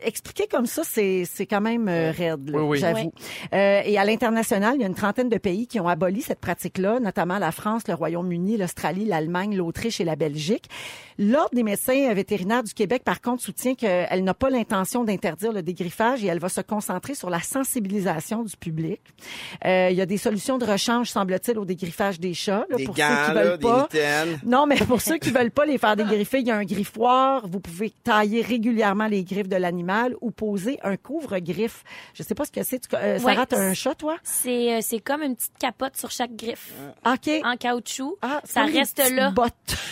Expliquer comme ça, c'est c'est quand même euh, raide, là, Oui, oui. j'avoue. Euh, et à l'international, il y a une trentaine de pays qui ont aboli cette pratique-là, notamment la France, le Royaume-Uni, l'Australie, l'Allemagne, l'Autriche et la Belgique. L'Ordre des médecins vétérinaires du Québec, par contre, soutient qu'elle n'a pas l'intention d'interdire le dégriffage et elle va se concentrer sur la sensibilisation du public. Euh, il y a des solutions de rechange, semble-t-il, au dégriffage des chats, là, Des pour ceux gants, qui là, veulent des pas. mitaines. Non, mais pour ceux qui veulent pas les faire dégriffer, il y a un griffoir. Vous pouvez tailler régulièrement les griffes de l'animal ou poser un couvre-griffe. Je sais pas ce que c'est. Tu- euh, Sarah, Ouais. t'as un chat, toi? C'est euh, c'est comme une petite capote sur chaque griffe OK. en caoutchouc. Ah, ça comme des reste petites là. bottes.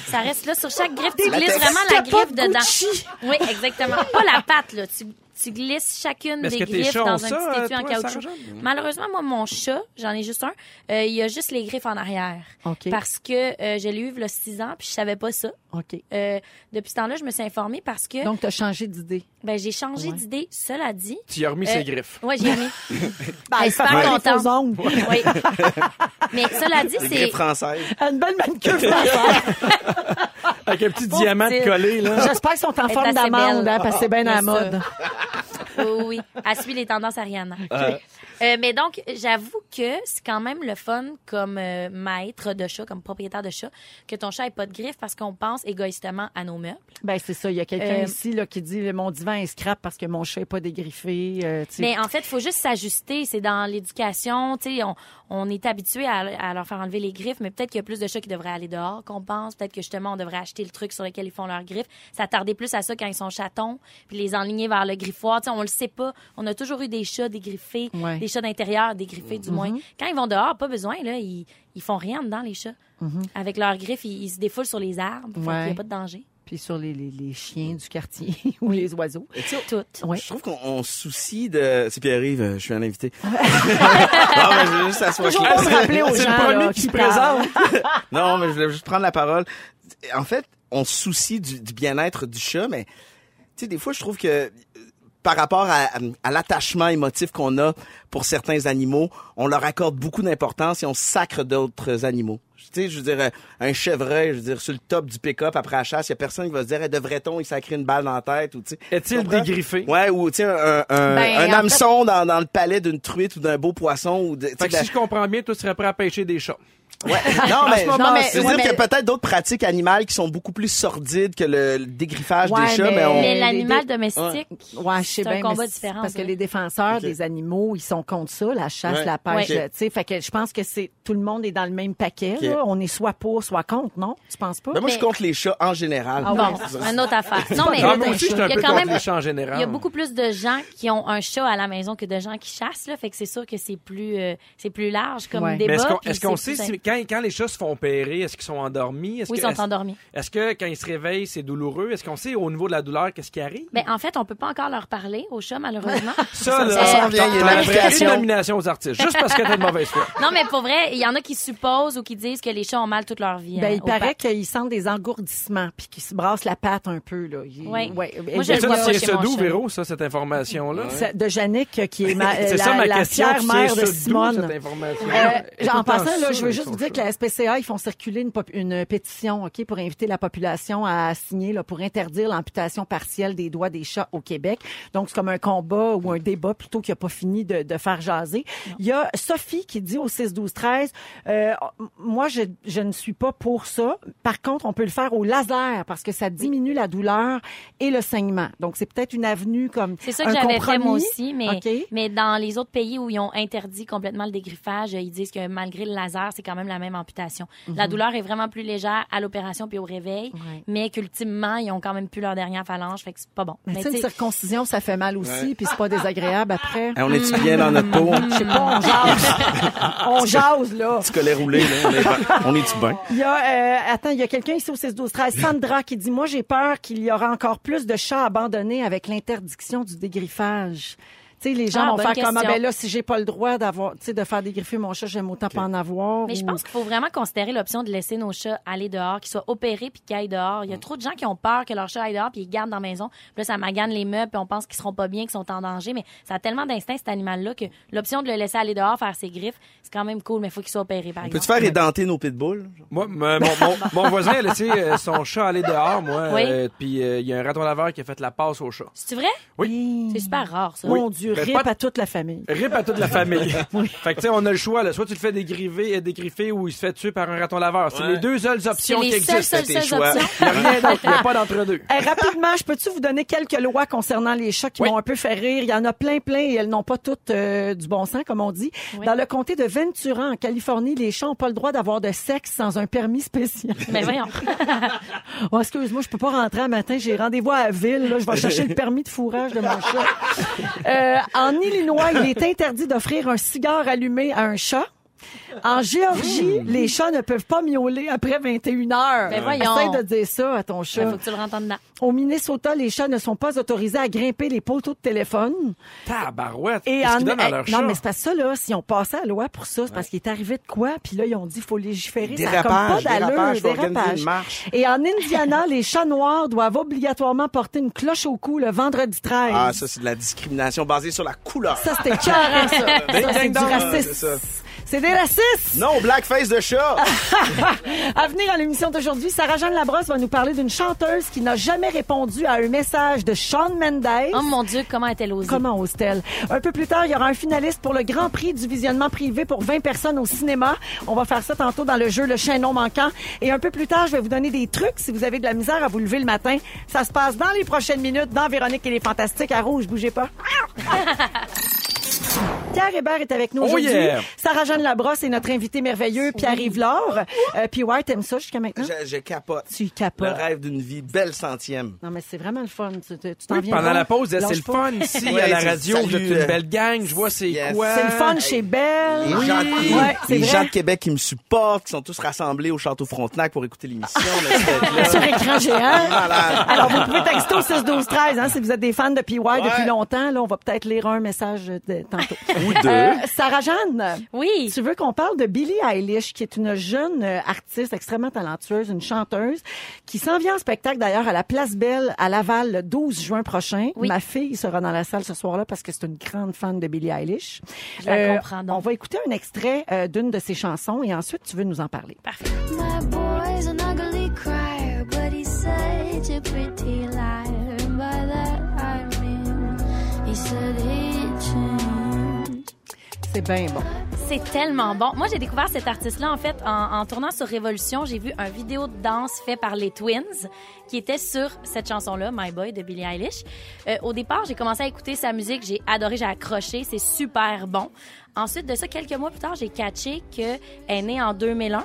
Ça reste là sur chaque griffe. Tu Des glisses petites vraiment la capotes griffe dedans. Gucci. Oui, exactement. Pas la patte, là. Tu, tu glisses chacune Mais est-ce des que tes griffes chats ont dans un ça, petit euh, étui en toi, Sarah caoutchouc. Jeanne? Malheureusement, moi, mon chat, j'en ai juste un, euh, il a juste les griffes en arrière. OK. Parce que euh, je l'ai eu, là, 6 ans, puis je savais pas ça. OK. Euh, depuis ce temps-là, je me suis informée parce que Donc, t'as changé d'idée. ben, j'ai changé Ouais. d'idée, cela dit. Tu y as remis Euh, ses griffes. Ouais, j'ai aimé. Ben, Elle est super contente. Oui. Mais cela dit, Les c'est. griffes françaises. Une belle manucure française. Avec un petit diamant de petit. collé, là. J'espère qu'ils sont en est forme assez d'amande, belle. Ah, hein, parce que c'est bien à la C'est ça. mode. Oui, oui, oui. Elle suit les tendances Ariana. Euh, mais donc, j'avoue que c'est quand même le fun comme euh, maître de chat, comme propriétaire de chat, que ton chat ait pas de griffes parce qu'on pense égoïstement à nos meubles. Ben, c'est ça. Il y a quelqu'un Euh, ici, là, qui dit, mon divan est scrap parce que mon chat est pas dégriffé. euh, tu sais. Mais en fait, il faut juste s'ajuster. C'est dans l'éducation. Tu sais, on, on est habitué à, à leur faire enlever les griffes, mais peut-être qu'il y a plus de chats qui devraient aller dehors qu'on pense. Peut-être que justement, on devrait acheter le truc sur lequel ils font leurs griffes. S'attarder plus à ça quand ils sont chatons, puis les enligner vers le griffoir. Tu sais, on le sait pas. On a toujours eu des chats dégriffés, Ouais. Mm-hmm. des chats d'intérieur dégriffés, du moins. Quand ils vont dehors, pas besoin, là, ils, ils font rien dedans, les chats. Avec leurs griffes, ils, ils se défoulent sur les arbres. Il n'y Mm-hmm. Ouais. a pas de danger. Puis sur les, les, les chiens du quartier ou les oiseaux. Toutes. Ouais. Je trouve qu'on on se soucie de. C'est Pierre-Yves, euh, je suis un invité. non, mais je veux juste que ça soit Toujours clair. bon de rappeler aux C'est le gens, premier là, qui qui se parlent. présente. non, mais je voulais juste prendre la parole. En fait, on se soucie du, du bien-être du chat, mais tu sais, des fois, je trouve que euh, par rapport à, à l'attachement émotif qu'on a pour certains animaux, on leur accorde beaucoup d'importance et on sacre d'autres animaux. Tu sais, je veux dire, euh, un chevreuil, je veux dire, sur le top du pick-up après la chasse, il y a personne qui va se dire, Eh, devrait-on, il sacrer une balle dans la tête ou, tu sais. Est-il Tu comprends? dégriffé? Ouais, ou, tu sais, un, un, Ben, un en hameçon dans, dans le palais d'une truite ou d'un beau poisson ou de, tu sais, Fait de que la- si je comprends bien, toi, tu serais prêt à pêcher des chats. Ouais. Non, mais, moment, mais- c'est ouais, dire mais- qu'il y a peut-être d'autres pratiques animales qui sont beaucoup plus sordides que le, le dégriffage Ouais, des chats, mais, mais- on... Mais les- l'animal les- domestique, Ouais, je sais c'est un bien, combat mais c'est différent. hein. Parce que ouais. les défenseurs Ok. des animaux, ils sont contre ça, la chasse, Ouais. la pêche. Ouais. tu sais. Fait que je pense que c'est tout le monde est dans le même paquet. Ok. là. On est soit pour, soit contre, non? Tu penses pas? Ben, moi, je mais- compte les chats en général. Ah Ah, Hein, Bon, une autre affaire. Non, mais Non, moi aussi, je suis un il y peu a quand contre même... les chats en général. Il y a beaucoup plus de gens qui ont un chat à la maison que de gens qui chassent, là. Fait que c'est sûr que c'est plus, euh, c'est plus large comme Ouais. débat. Mais est-ce qu'on puis est-ce qu'on c'est sait plus si, simple. quand, quand les chats se font opérer, est-ce qu'ils sont endormis? Est-ce Oui, ils que, sont est-ce- endormis. Est-ce que quand ils se réveillent, c'est douloureux? Est-ce qu'on sait au niveau de la douleur qu'est-ce qui arrive? Ben, en fait, on peut pas encore leur parler aux chats, malheureusement. Euh, Ça, là, ça s'en vient, il y a t'en une devrais application. une nomination aux artistes, juste parce que t'as de mauvaise foi. non, mais pour vrai, il y en a qui supposent ou qui disent que les chats ont mal toute leur vie. Ben, hein, il au paraît parc. qu'ils sentent des engourdissements puis qu'ils se brassent la patte un peu. Là. Ils- Ouais. ouais. Moi, je Et- le vois Ça, pas c'est chez ça mon d'où, chat. Véro, ça, cette information-là? Ça- de Yannick, euh, qui est ma, euh, C'est la, ça ma la question. fière c'est mère de ça d'où, Simone. cette information? Euh, en Tout passant, en là, ça, je veux ils juste sont vous dire chauds. que la SPCA, ils font circuler une, pop- une pétition ok, pour inviter la population à signer là, pour interdire l'amputation partielle des doigts des chats au Québec. Donc, c'est comme un combat ou un débat plutôt qui n'a pas fini de, de faire jaser. Il y a Sophie qui dit au 6-12-13, euh, moi, je, je ne suis pas pour ça. Par contre, on peut le faire au laser parce que ça diminue la douleur et le saignement. Donc, c'est peut-être une avenue comme C'est ça que un j'avais fait moi compromis. aussi, mais, OK. mais dans les autres pays où ils ont interdit complètement le dégriffage, ils disent que malgré le laser, c'est quand même la même amputation. La douleur est vraiment plus légère à l'opération puis au réveil, Mhm. Ouais. mais qu'ultimement, ils ont quand même plus leur dernière phalange, fait que c'est pas bon. Mais tu sais, tu une sais, circoncision, ça fait mal aussi, puis c'est pas désagréable après. Ah, Hey, on est-tu bien dans notre peau? Mm. Je sais pas, on jase. ah. on jase, là. Petit collet roulé, là. On est ben- On est-tu bien? Il y a, euh, attends, il y a quelqu'un ici au 6 12 13 Sandra, qui dit, moi, j'ai peur qu'il y aura encore plus de chats abandonnés avec l'interdiction du dégriffage. Tu sais, les gens Ah, vont bonne faire comme, ah, question. ben là, si j'ai pas le droit d'avoir, tu sais, de faire dégriffer mon chat, j'aime autant pas en avoir. Mais je ou- pense qu'il faut vraiment considérer l'option de laisser nos chats aller dehors, qu'ils soient opérés puis qu'ils aillent dehors. Il y a trop de gens qui ont peur que leur chat aille dehors puis ils le gardent dans la maison. Puis là, ça magane les meubles puis on pense qu'ils seront pas bien, qu'ils sont en danger. Mais ça a tellement d'instinct, cet animal-là, que l'option de le laisser aller dehors, faire ses griffes, c'est quand même cool, mais il faut qu'il soit opéré, par exemple. Peux-tu faire édenter nos pitbulls? Moi, m- mon, mon- mon voisin a laissé euh, son chat aller dehors, moi. Oui. euh, Puis euh, il y a un raton laveur qui a fait la passe au chat. C'est vrai? Oui. C'est super rare, ça. Mon Dieu, Ben, rip pas- à toute la famille. Rip à toute la famille. Fait que tu sais, on a le choix. Là. Soit tu le fais dégriver, euh, dégriffé ou il se fait tuer par un raton laveur. C'est Ouais. les deux seules C'est options qui les existent. seules, seules, tes seules choix. options. Il n'y a rien d'autre. Il n'y a pas d'entre-deux. Hey, rapidement, je peux-tu vous donner quelques lois concernant les chats qui Oui. m'ont un peu fait rire? Il y en a plein, plein, et elles n'ont pas toutes euh, du bon sens, comme on dit. Oui. Dans le comté de Ventura, en Californie, les chats n'ont pas le droit d'avoir de sexe sans un permis spécial. Mais voyons. Oh, excuse-moi, je peux pas rentrer un matin, j'ai rendez-vous à la ville, là, je vais chercher le permis de fourrage de mon chat. Euh, en Illinois, il est interdit d'offrir un cigare allumé à un chat. En Géorgie, les chats ne peuvent pas miauler après 21 heures. Mmh. Ben voyons. Ben Essaye de dire ça à ton chat. Il faut que tu le rentres en dedans. Au Minnesota, les chats ne sont pas autorisés à grimper les poteaux de téléphone. Tabarouette. Et Qu'est-ce en- qu'ils donnent à eh, leur non, chat? mais c'est parce que ça, là, si on passait à la loi pour ça, c'est parce qu'il est arrivé de quoi, puis là, ils ont dit faut légiférer. ça a comme Dérapage, pas d'allure, dérapage, faut organiser une marche. Et en Indiana, les chats noirs doivent obligatoirement porter une cloche au cou le vendredi 13. Ah, ça, c'est de la discrimination basée sur la couleur. Ça, c'était carré, ça. Ding, ça c'est ding, du dong. racisme. C'est ça. C'est des racistes! Non, blackface de chat! À venir à l'émission d'aujourd'hui, Sarah-Jeanne Labrosse va nous parler d'une chanteuse qui n'a jamais répondu à un message de Sean Mendes. Oh mon Dieu, comment est-elle osée? Comment ose-t-elle? Un peu plus tard, il y aura un finaliste pour le Grand Prix du visionnement privé pour 20 personnes au cinéma. On va faire ça tantôt dans le jeu Le chien non manquant. Et un peu plus tard, je vais vous donner des trucs si vous avez de la misère à vous lever le matin. Ça se passe dans les prochaines minutes dans Véronique et les Fantastiques à Rouge. Bougez pas. Pierre Hébert est avec nous Oh aujourd'hui. yeah! Sarah-Jeanne Labrosse est notre invité merveilleux, Pierre Yvelore. Euh, Puis ouais, t'aimes ça jusqu'à maintenant? Je, je capote. Tu Le capotes. rêve d'une vie, belle centième. Non, mais c'est vraiment le fun. Tu tu- tu t'en Oui, viens pendant donc. la pause, c'est Lâche le pas. fun ici Ouais, à la c'est- radio. Vous salut, êtes une euh, belle gang. Je vois c'est yes. quoi. C'est le fun chez Belle. Les, gens, qui- Ouais, c'est les vrai. gens de Québec qui me supportent, qui sont tous rassemblés au Château Frontenac pour écouter l'émission. là, c'est- là. sur écran géant. Malade. Alors, vous pouvez texter au 6 12 13 hein, si vous êtes des fans de PY Ouais. depuis longtemps. Là, on va peut-être lire un message de, tantôt. Ou Euh, Sarah Jeanne, Oui. tu veux qu'on parle de Billie Eilish, qui est une jeune euh, artiste extrêmement talentueuse, une chanteuse, qui s'en vient en spectacle d'ailleurs à la Place Belle à Laval le 12 juin prochain. Oui. Ma fille sera dans la salle ce soir-là parce que c'est une grande fan de Billie Eilish. Euh, Je la comprends donc. On va écouter un extrait euh, d'une de ses chansons et ensuite tu veux nous en parler. My boy's an ugly crier, but he's such a pretty liar. And by that I mean he said he changed. C'est bien bon. C'est tellement bon. Moi, j'ai découvert cet artiste-là, en fait, en, en tournant sur Révolution. J'ai vu un vidéo de danse fait par les Twins qui était sur cette chanson-là, My Boy, de Billie Eilish. Euh, au départ, j'ai commencé à écouter sa musique. J'ai adoré, j'ai accroché. C'est super bon. Ensuite de ça, quelques mois plus tard, j'ai catché qu'elle est née en 2001.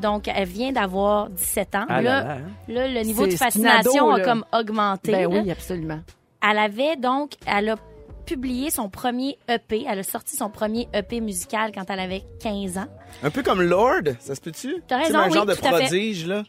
Donc, elle vient d'avoir 17 ans. Ah là là, là, hein. là, le niveau C'est- de c'est une fascination ado, a là. comme augmenté. Ben là. oui, absolument. Elle avait donc, elle a publié son premier EP. Elle a sorti son premier EP musical quand elle avait 15 ans. Un peu comme Lord, ça se peut-tu? T'as C'est raison, un oui, genre de tout à fait. prodige, là.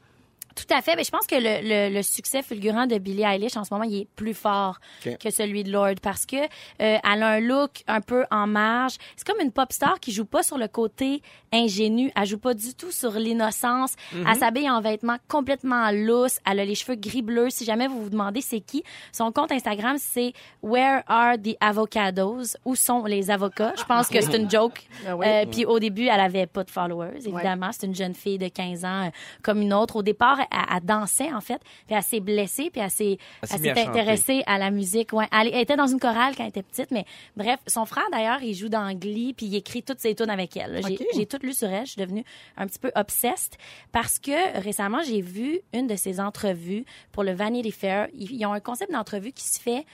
Tout à fait. Mais je pense que le, le- le succès fulgurant de Billie Eilish en ce moment, il est plus fort Ok. que celui de Lord parce que euh, elle a un look un peu en marge. C'est comme une pop star qui joue pas sur le côté ingénu. Elle joue pas du tout sur l'innocence. Elle s'habille en vêtements complètement lousses. Elle a les cheveux gris bleus. Si jamais vous vous demandez c'est qui, son compte Instagram c'est Where are the avocados Où sont les avocats Je pense que c'est une joke. Ah oui. Euh, Mm. puis au début, elle avait pas de followers, évidemment. C'est une jeune fille de 15 ans euh, comme une autre. Au départ, elle, elle dansait, en fait. Puis elle s'est blessée, puis elle s'est Elle s'est elle mise à s'est chanter. intéressée à la musique. Ouais. Elle, elle était dans une chorale quand elle était petite, mais bref, son frère, d'ailleurs, il joue dans Glee, puis il écrit toutes ses tunes avec elle. J'ai Ok. j'ai tout lu sur elle. Je suis devenue un petit peu obsessed parce que récemment, j'ai vu une de ses entrevues pour le Vanity Fair. Ils, ils ont un concept d'entrevue qui se fait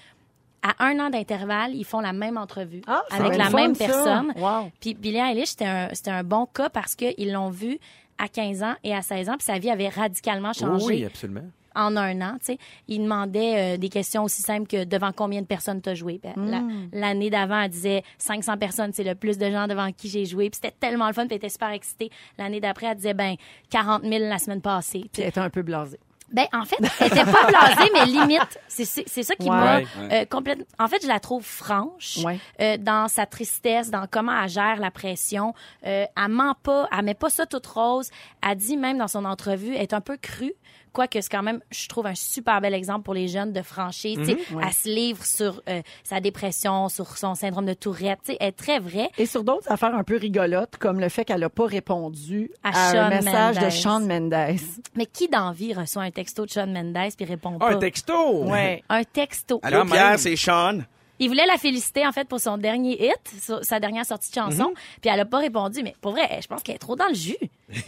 à un an d'intervalle, ils font la même entrevue Ah, c'est avec bien la le fun, même ça. personne. Wow. Puis Billie Eilish, c'était un, c'était un bon cas parce qu'ils l'ont vu à 15 ans et à 16 ans, puis sa vie avait radicalement changé Oui, absolument. en un an. tu sais. Il demandait euh, des questions aussi simples que devant combien de personnes t'as joué. Ben, la- Hmm. L'année d'avant, elle disait 500 personnes, c'est le plus de gens devant qui j'ai joué. Puis c'était tellement le fun, puis elle était super excitée. L'année d'après, elle disait ben 40 000 la semaine passée. Puis Puis elle était un peu blasée. ben, en fait, elle était pas blasée, mais limite. C'est- C'est c'est ça qui Ouais. m'a Ouais. euh, complètement... En fait, je la trouve franche Ouais. euh, dans sa tristesse, dans comment elle gère la pression. Euh, elle ment pas, elle met pas ça toute rose. Elle dit même dans son entrevue, elle est un peu crue, quoique c'est quand même, je trouve, un super bel exemple pour les jeunes de franchise. Tu sais, Mhm. Elle se livre sur euh, sa dépression, sur son syndrome de Tourette. Tu sais, elle est très vraie. Et sur d'autres affaires un peu rigolotes, comme le fait qu'elle n'a pas répondu À à, un Shawn message de Mendes. Sean Mendes. Mais qui d'envie reçoit un texto de Sean Mendes puis répond pas? Ah, un texto! un texto. Allô, Quand Pierre, même. c'est Sean. Il voulait la féliciter en fait pour son dernier hit, sur- sa dernière sortie de Mhm. chanson, puis elle a pas répondu. Mais pour vrai, je pense qu'elle est trop dans le jus. tu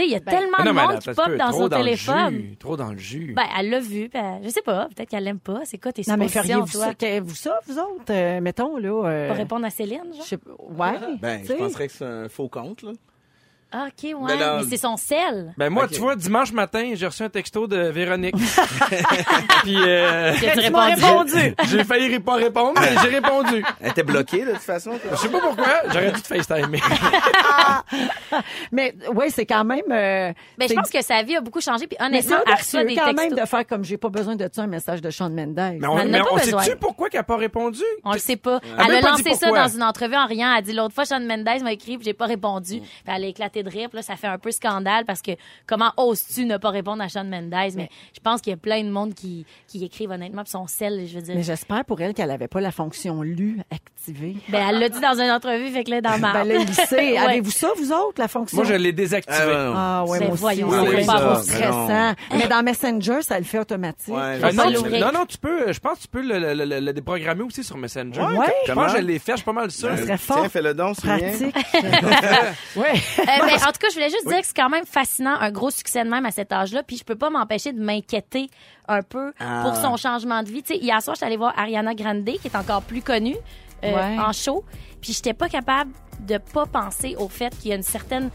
sais, il y a tellement Ah Mais de non, mais monde attends, qui ça pop peut, dans trop son le téléphone. jus, trop dans le jus. Ben, elle l'a vu. puis elle- je sais pas. Peut-être qu'elle l'aime pas. C'est quoi tes Non, mais suppositions, feriez-vous ça, toi? que- vous ça, vous autres? euh, mettons, là... euh, Pour répondre à Céline, je genre? sais pas, ouais. Ben, tu je sais. penserais que c'est un faux compte, là. Ah, OK, ouais. Mais là- Mais c'est son sel. Ben moi, Ok. tu vois, dimanche matin, j'ai reçu un texto de Véronique. Puis euh, Que tu Tu m'as répondu. répondu. j'ai failli pas répondre, mais j'ai répondu. Elle était bloquée, de toute façon. toi. Je sais pas pourquoi, j'aurais dû te FaceTimer. Mais oui, c'est quand même... euh, Ben, je c'est- pense que sa vie a beaucoup changé. Puis mais c'est honnêtement, elle reçoit audacieux des quand textos. même de faire comme j'ai pas besoin de ça un message de Sean Mendes. Mais on, Elle n'a mais pas on besoin. sait-tu pourquoi qu'elle a pas répondu? On le sait pas. a Elle même a pas dit lancé ça pourquoi. dans une entrevue en riant. Elle a dit l'autre fois, Sean Mendes m'a écrit, puis j'ai pas Mm. répondu. Puis elle a éclaté de rire. Puis là, ça fait un peu scandale parce que comment oses-tu ne pas répondre à Sean Mendes? Mais, je pense qu'il y a plein de monde qui, qui écrivent honnêtement, puis son sel, je veux dire. Mais j'espère pour elle qu'elle avait pas la fonction lue activée. Ben, elle l'a dit dans une entrevue, fait que là, dans ma. Ben, le lycée, Ah. Ouais. avez-vous ça, vous autres, la fonction? Moi, je l'ai désactivé. Ah, non. Ah ouais, Ben, moi aussi. voyons, oui, c'est oui, pas c'est bon. trop stressant. Mais dans Messenger, ça le fait automatique. Ouais. Euh, non, Faut tu, l'ouvrir. non, non, tu peux, euh, je pense que tu peux le, le- le- le déprogrammer aussi sur Messenger. Ouais, Je comment? pense que je l'ai fait, je suis pas mal sûr. serait Euh, fort. Tiens, fais le don, Soumien. Pratique. ouais. Euh, ben, en tout cas, je voulais juste dire que c'est quand même fascinant, un gros succès de même à cet âge-là. Puis je peux pas m'empêcher de m'inquiéter un peu Ah. pour son changement de vie. Tu sais, hier soir, j'étais allée voir Ariana Grande, qui est encore plus connue euh, Ouais. en show. Puis j'étais pas capable de pas penser au fait qu'il y a une certaine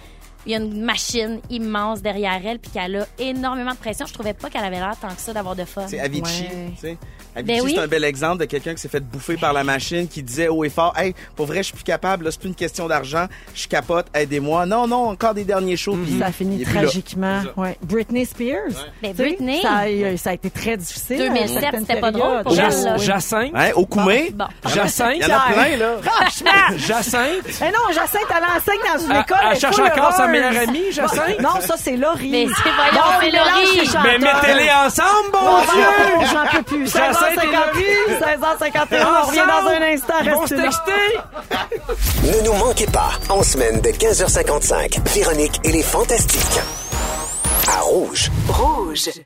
il y a une machine immense derrière elle puis qu'elle a énormément de pression. Je trouvais pas qu'elle avait l'air tant que ça d'avoir de fun. C'est Avicii, Ouais. tu sais. Habitué, Ben oui. c'est un bel exemple de quelqu'un qui s'est fait bouffer par la machine, qui disait haut et fort, hey, pour vrai, je suis plus capable, là, c'est plus une question d'argent, je capote, aidez-moi. Non, non, encore des derniers shows. puis Mm-hmm. Ça finit il est plus là. tragiquement. Ouais. Britney Spears. Ben, Tu sais, Britney. Ça a, euh, ça a été très difficile. 2007, à certaines c'était pas drôle périodes. pour Oui, elle, Jac- là. oui. Jacinthe. Hein, au Koumé, Bon. il y Jacinthe. en a plein, là. Jacinthe. Mais Eh non, Jacinthe, elle enseigne dans une Elle- école. elle est cherche full encore sa heureuse. meilleure amie, Jacinthe? Non, ça, c'est Laurie. Mais c'est voyons, Bon, c'est on mélange Laurie. les chanteurs. Mais mettez-les ensemble, Bon, bon Dieu! j'en- J'en peux plus. Jacinthe et 16h50, Laurie. 16h51, on revient dans un instant. Bon, Restez se là. texter! Ne nous manquez pas, en semaine de 15h55, Véronique et les Fantastiques. À Rouge. Rouge.